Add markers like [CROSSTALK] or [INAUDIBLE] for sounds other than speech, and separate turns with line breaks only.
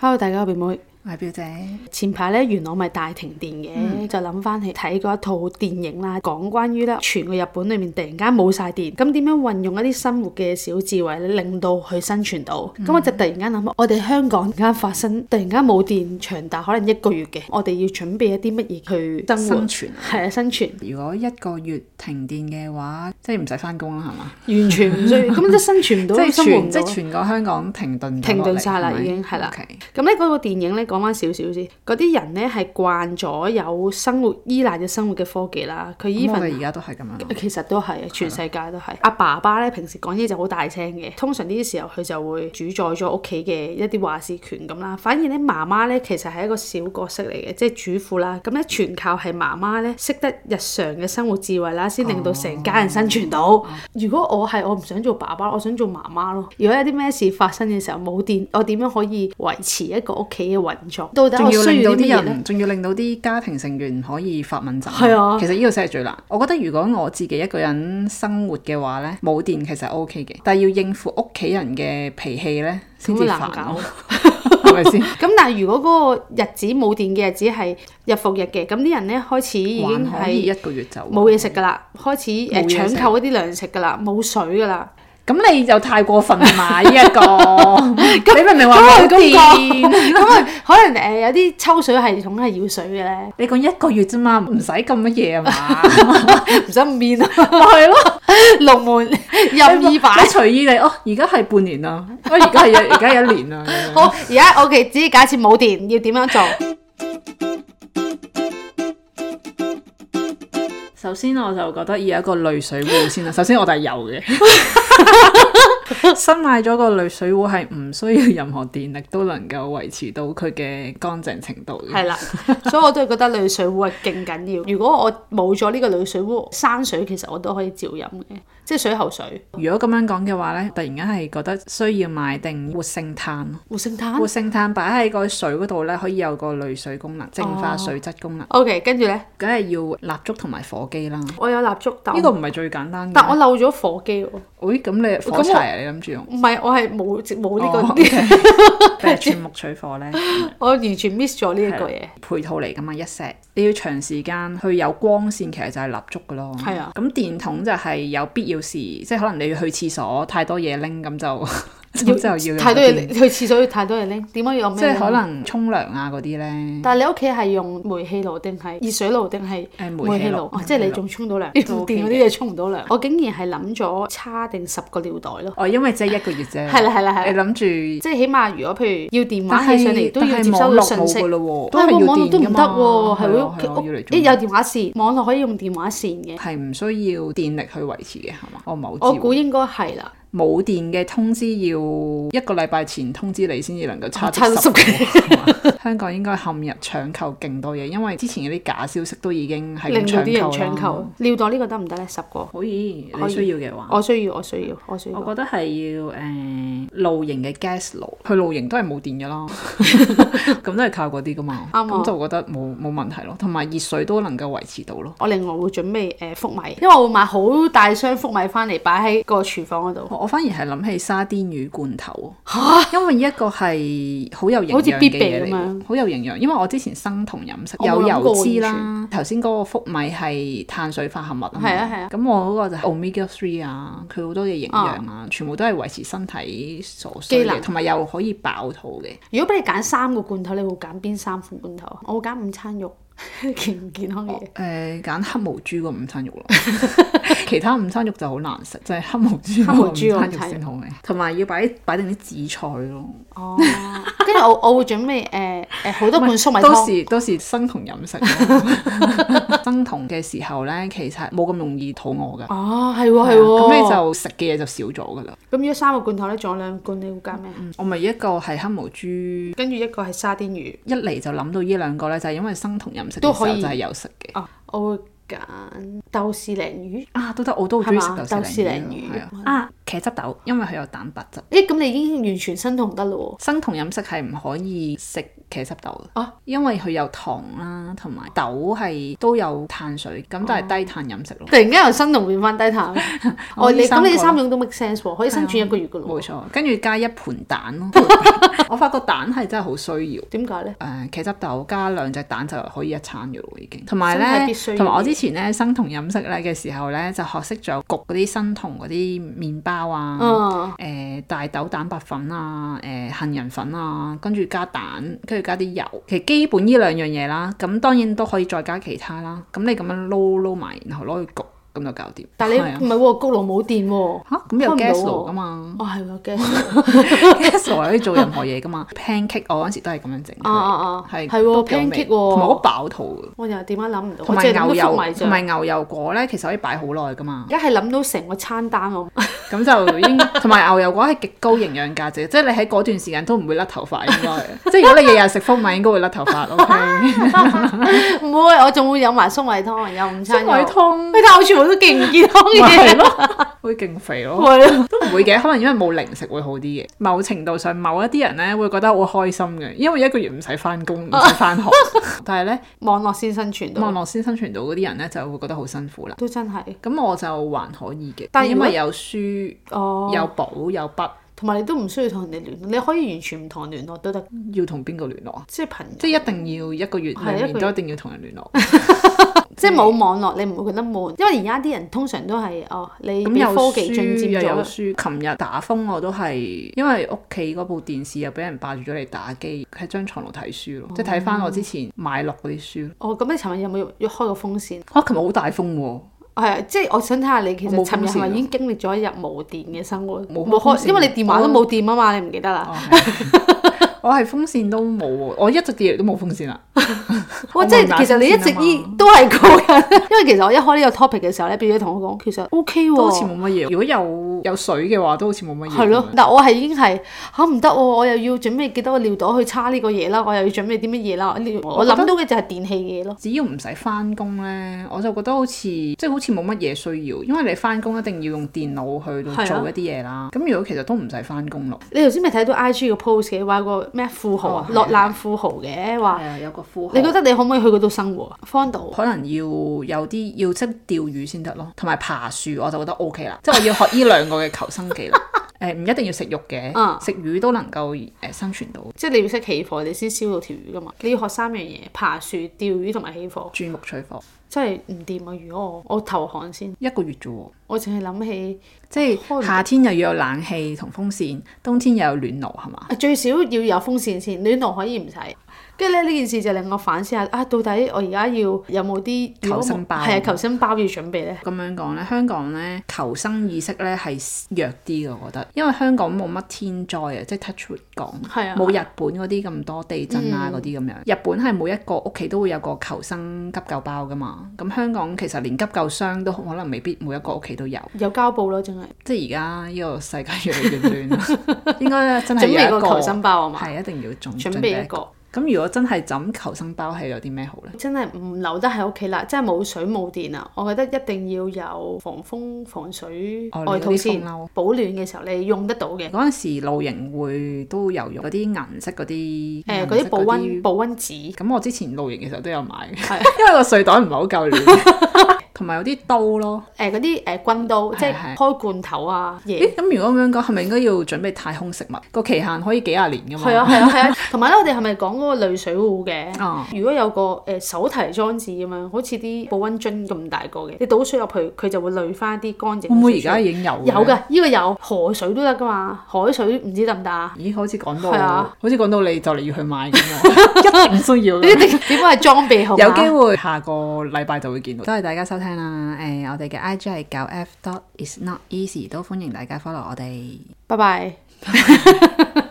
Hello，大家好，我係表妹。
我係表姐，
前排咧元朗咪大停電嘅，
嗯
就諗翻起睇過一套電影啦，講關於咧全個日本裏面突然間冇晒電，咁點樣運用一啲生活嘅小智慧咧，令到佢生存到？
嗯
咁、我就突然間諗，我哋香港而家發生突然間冇電，長達可能一個月嘅，我哋要準備一啲乜嘢去生活
生？存啊
係啊，生
[LAUGHS]
存
如果一個月停電嘅話，即係唔使翻工啦，係嘛？
完全唔需要，咁即係生存唔到，
即係
生活唔
全即
到
係。全個香港停頓
停頓
頓
晒啦已經係啦
o k
咁咧嗰個電影咧講翻少少先，嗰啲人咧係慣咗有生活依賴嘅生活嘅科技啦，佢依
咁我
份
哋而家都係咁啊樣咯。
其實都係，全世界都係。阿爸爸咧，平時講嘢就好大聲嘅，通常呢啲時候佢就會主宰咗屋企嘅一啲話事權咁啦。反而咧，媽媽咧其實係一個小角色嚟嘅，即係主婦啦。咁咧全靠係媽媽咧識得日常嘅生活智慧啦，先令
哦
到成家人生存到。如果我係我唔想做爸爸，我想做媽媽咯。如果有啲咩事發生嘅時候冇電，我點樣可以維持一個屋企嘅運作？到底
仲
我
要
需
令
要
到
啲乜
啲
嘢咧？
人，仲要令到啲家庭成員可以發問責。
係啊
其實呢個先係最難。我覺得如果我自己一個人生活嘅話呢，冇電其實 O K 嘅，但係要應付屋企人嘅脾氣呢，先至
咁難
煩
搞
咯，。 [LAUGHS] 係咪先？
[LAUGHS] 咁但係如果嗰個日子冇電嘅日子係日復日嘅，咁啲人咧開始已經
還可以
係
一個月就
冇嘢食㗎啦，開始
冇嘢
誒
食
搶購嗰啲糧食㗎啦，冇水㗎 [LAUGHS] 啦。
咁你就太過分啦 [LAUGHS] 嘛！呢一個，你明明話
咁
冇
我係咁
電，
咁啊，可能誒、有啲抽水系統係要水嘅咧，
你講一個月啫嘛，唔使咁乜嘢啊 [LAUGHS] 嘛，
[LAUGHS] 唔使咁面啊，
咪係
[LAUGHS]
咯，
龍門任意擺。
你隨意你哦。而家係半年啦，哦而家係一而家係一年啦。咁樣
好，而家我哋只假設冇電，要點樣做？
首先我就覺得要有一個濾水壺先啦。啊首先我哋係有嘅， [LAUGHS] 新買咗個濾水壺係唔需要任何電力都能夠維持到佢嘅乾淨程度嘅。
[LAUGHS] 係啦， [LAUGHS] 所以我都係覺得濾水壺係勁緊要。如果我冇咗呢個濾水壺，山水其實我都可以照飲嘅，即係水喉水、
如果咁樣講嘅話呢，突然間係覺得需要買定活性炭咯。
活性炭
活。性炭擺喺個水嗰度咧，可以有個濾水功能，淨化水質功能。
OK，跟住咧。
梗係要蠟燭同埋火機啦。呢
我有蠟燭，但我
個唔係最簡單
但我
嘅。
漏咗火機喎，
喂，咁你火柴啊？你諗住用？
唔係我係冇冇呢個，
哦 OK [LAUGHS] 定係鑽木取火咧？
[LAUGHS] 我完全 miss 咗呢一個嘢。
配套嚟噶嘛，一 set 你要長時間去有光線，其實就係蠟燭噶咯。
係啊，
咁電筒就係有必要時，即係可能你要去廁所，太多嘢拎，咁就 [LAUGHS] 咁就要用
太多嘢
電
拎去廁所要太多嘢拎，點解要有咩？
即係可。能沖涼啊嗰啲咧。
但係你屋企係用煤氣爐定係熱水爐定係
誒煤
煤
氣
氣
爐
爐？哦，即係你仲沖到涼， [LAUGHS] 用電嗰啲嘢沖唔到涼。我竟然係諗咗差定十個尿袋咯，
哦，因為只係一個月啫。
係啦係啦係啦
你諗住
即係起碼如果譬如要電
但
話起上嚟
係
都要
但
接
係
收
網
到
絡
信
冇
息
噶。咯喎，都
但
係
係
要
網絡都唔
電
得
㗎
喎，
嘛。
係
咯係咯
會
要
屋
嚟
企
做
一有
咩。
電話線，網絡可以用電話線嘅。
係唔需要電力去維持嘅，係嘛？我唔係好
我
知
估
喎。
應該係啦。
冇電嘅通知要一個禮拜前通知你先至能夠差
差到
十
十
個
幾
係嘛香港應該陷入搶購勁多嘢，因為之前嗰啲假消息都已經係
令
咁
到啲人
搶
搶
購啦。
購。尿袋呢個得唔得咧？十個，
可以，
可
你
以
需要嘅話。
我需要，我需要，我需
我
要。
覺得係要誒、呃露營嘅 gas 爐，去露營都係冇電㗎 [LAUGHS] 啦，咁都係靠嗰啲㗎嘛，
啱啊
咁就覺得冇冇問題咯，同埋熱水都能夠維持到咯。
我另外會準備誒福米，因為我會買好大箱福米翻嚟擺喺個廚房嗰度，
我我反而係諗起沙甸魚罐頭，因為一個係好有營
好似
養
必
嘅
備
嘢嚟
咁樣
喎，好有營養。因為我之前生酮飲食
我冇
有
諗過
油脂
完
啦，頭先嗰個粟米係碳水化合物啊嘛，
係啊係啊
咁我嗰個就係 omega three 啊，佢好多嘅營養啊，全部都係維持身體所需
機能
嘅，同埋又可以飽肚嘅。
如果俾你揀三個罐頭，你會揀邊三款罐頭？我會揀午餐肉， [LAUGHS] 健唔健康嘅嘢。
誒揀黑毛豬個午餐 [LAUGHS] 肉咯，其他午餐肉就好難食，就係黑毛豬
黑
個
毛
午
豬個
餐
午
肉
餐肉
先好味，同埋要擺擺定啲紫菜咯。
哦， [LAUGHS] 跟住我我會準備誒誒好多罐粟米
到
湯。
時到時生酮飲食 [LAUGHS] 咯，生酮嘅時候咧，其實冇咁容易肚餓噶。
哦，係喎係
係啊
喎。
咁你就食嘅嘢就少咗噶啦。
咁如果三個罐頭咧，仲有兩罐，你會揀咩？嗯
我咪一個係黑毛豬，
跟住一個係沙甸魚。
一嚟就諗到呢兩個咧，就係因為生酮飲食
都
嘅時候
可以
就係有食嘅。
哦，我會揀豆豉鯪魚。
啊，都得，我都好中意食豆
係嘛
豉鯪魚
豆豉鯪魚
係啊啊，茄汁豆，因為佢有蛋白質。
咦，咁你已經完全生酮得咯
生酮飲食係唔可以食茄汁豆嘅，
啊
因為佢有糖啦，同埋豆係都有碳水，咁
哦
但係低碳飲食咯
[LAUGHS] 喎！。突然間由生酮變翻低
[LAUGHS]
碳，哦，你咁你三種都 make sense 喎，可以生存一個月噶咯
冇
喎。
錯，跟住加一盤蛋
[LAUGHS]
咯。我發覺蛋係真係好需要。
點解咧？
誒、茄汁豆加兩隻蛋就可以一餐嘅咯，已經。同埋
生態必
咧
須，
同埋我之前咧生酮飲食咧嘅時候咧，就學識咗焗嗰啲生酮嗰啲麵包啊。
嗯，
誒、大豆蛋白粉啊，誒、杏仁粉啊，跟住加蛋，跟住加啲油，其實基本呢兩樣嘢啦。咁當然都可以再加其他啦。咁你咁樣撈撈埋，然後攞去焗，咁就搞掂。
但係你
係啊嗯
唔係喎，焗爐冇電喎。
嚇咁有
開唔到
gas
喎
爐噶嘛 [LAUGHS]
哦，係喎，gas
，gas 爐係可以做任何嘢噶嘛。pancake 我嗰陣時都係咁樣整出嚟，
啊啊啊，係
係
喎
都幾好味
，pancake
同埋好
喎。
飽肚嘅。
我又點解諗唔到？
同
我
埋
淨係
牛
諗到
油
粟米，
同
醬。
埋牛油果咧，其實可以擺好耐噶嘛
而。家係諗到成個餐單喎。 [LAUGHS]
咁就應同埋牛油果係極高營養價值，即係你喺嗰段時間都唔會甩頭髮，應
[LAUGHS]
該。即係如果你日日食蜂蜜，應該會甩頭髮。O K，
唔會，我仲會飲埋粟米湯，有午餐
粟米
有。
湯
你睇我全部都健唔健康
咪
嘅
係
嘢。
咯，會勁肥咯，
[LAUGHS] 係咯，
都唔會嘅。可能因為冇零食會好啲嘅。某程度上，某一啲人咧會覺得好開心嘅，因為一個月唔使翻工，唔使
[LAUGHS]
翻學。但係咧，
網絡先生存
網
到，
絡先生存到嗰啲人咧就會覺得好辛苦啦。
都真係。
咁我就還可以嘅，
但係
因
如果
為有書、
哦，
有簿、有筆，
同埋你都唔需要同人哋聯絡，你可以完全唔同人聯絡都得，
要同邊個聯絡啊？
即係朋友，
即係一定要一個月
哦係
裏
一
面
個月
都一定要同人聯絡。
即係冇網絡，你唔會覺得悶，因為而家啲人通常都係哦，你
咁
俾
有
科技進
書又
佔
有
咗，
書，琴日打風我都係，因為屋企嗰部電視又俾人霸住咗嚟打機，喺張床度睇書咯，即係睇翻我之前買落嗰啲書。
哦，咁你尋日有冇要開個風扇？
啊，琴日好大風喎， [LAUGHS]
係啊，即係我想睇下你其實
我冇
尋日係
風扇
咪
啊
已經經歷咗一日冇電嘅生活？
冇
冇
風
開，
扇
因為你電話都冇電啊嘛，你唔記得啦。
哦係我係風扇都冇喎，我一直以嚟都冇風扇啦。
哇！
我
即
冇
係
打啊
其實你一直依都係講緊， [LAUGHS] 因為其實我一開呢個 topic 嘅時候咧，表姐同我講，其實 O K
都好似
喎，
冇啊乜嘢。如果有有水嘅話，都好似冇乜嘢。
係咯。但我係已經係嚇唔得喎，我又要準備幾多個尿袋去叉呢個嘢啦，我又要準備啲乜嘢啦。呢我
我覺
諗
得
到嘅就係電器嘢咯。
只要唔使翻工咧，我就覺得好似即係好似冇乜嘢需要，因為你翻工一定要用電腦去到
係啊
做一啲嘢啦。咁如果其實都唔使翻工咯，
你頭先咪睇到 I G 個 post 嘅，話個咩富豪啊
哦，係
落難富豪嘅話，
啊，有個富
你覺得你可唔可以去嗰度生活啊？荒島
可能要有啲要識釣魚先得咯，同埋爬樹我就覺得 O K 啦，即係我要學呢兩個嘅求生
[LAUGHS]
技能。誒唔、一定要食肉嘅，
嗯
食魚都能夠誒、生存到，
即係你要識起火，你先燒到條魚噶嘛。你要學三樣嘢：爬樹、釣魚同埋起火。
鑽木取火
真係唔掂啊！如果我我投降先，
一個月啫喎。
我淨係諗起。
即
開唔
係夏天又要有冷氣同風扇，冬天又有暖爐係嘛？
啊最少要有風扇先，暖爐可以唔使。跟住咧呢件事就令我反思下啊，到底我而家要有冇啲如果
求生包
冇係啊，求生包要準備咧。
咁樣講咧，香港咧求生意識咧係弱啲嘅，我覺得，因為香港冇乜天災啊，即係 touch wood 講，
係啊
冇日本嗰啲咁多地震啊嗰啲咁樣。日本係每一個屋企都會有個求生急救包噶嘛，咁香港其實連急救箱都可能未必每一個屋企都有，
有膠布咯，真係
即係而家呢個世界越嚟越亂啦， [LAUGHS] 應該真係
準備
有
個
一個
求生包啊嘛，
係一定要準
準
準
備
備
一
一個。
個。
咁如果真係枕求生包係有啲咩好咧？
真係唔留得喺屋企啦，真係冇水冇電啊！我覺得一定要有防風防水
哦
外套先
你嗰啲風褸，
保暖嘅時候你用得到嘅。
嗰陣時露營會都有用嗰啲銀色嗰
誒
啲銀
嗰
色
啲保温保温紙，
咁我之前露營嘅時候都有買，
係
[LAUGHS] 因為個睡袋唔係好夠暖， [LAUGHS] 同埋有啲刀咯。
誒嗰啲誒軍刀，即係
係
開罐頭啊嘢。
咦？咁如果咁樣講，係咪應該要準備太空食物？個期限可以幾廿年噶嘛？
係啊係啊 [LAUGHS] 係啊，同埋咧，我哋係咪講嗰個濾水壺嘅？
啊
如果有個誒、呃手提裝置咁樣，好似啲保温樽咁大個嘅，你倒水入去，佢就會濾翻啲乾淨嘅水出嚟。
會唔會而家已經有？
有。嘅？呢、個有河水都得噶嘛，海水唔知得唔得
[LAUGHS]
啊？
咦？好似講到
係啊，
好似講到你就嚟要去買咁
[LAUGHS]
喎，一定需要㗎。
呢啲點點解係裝備好啊嘛
有機會下個禮拜就會見到。多謝大家收聽啦！誒、我哋嘅 IG 係九 F dot is not easy，都歡迎大家 follow 我哋。
拜拜。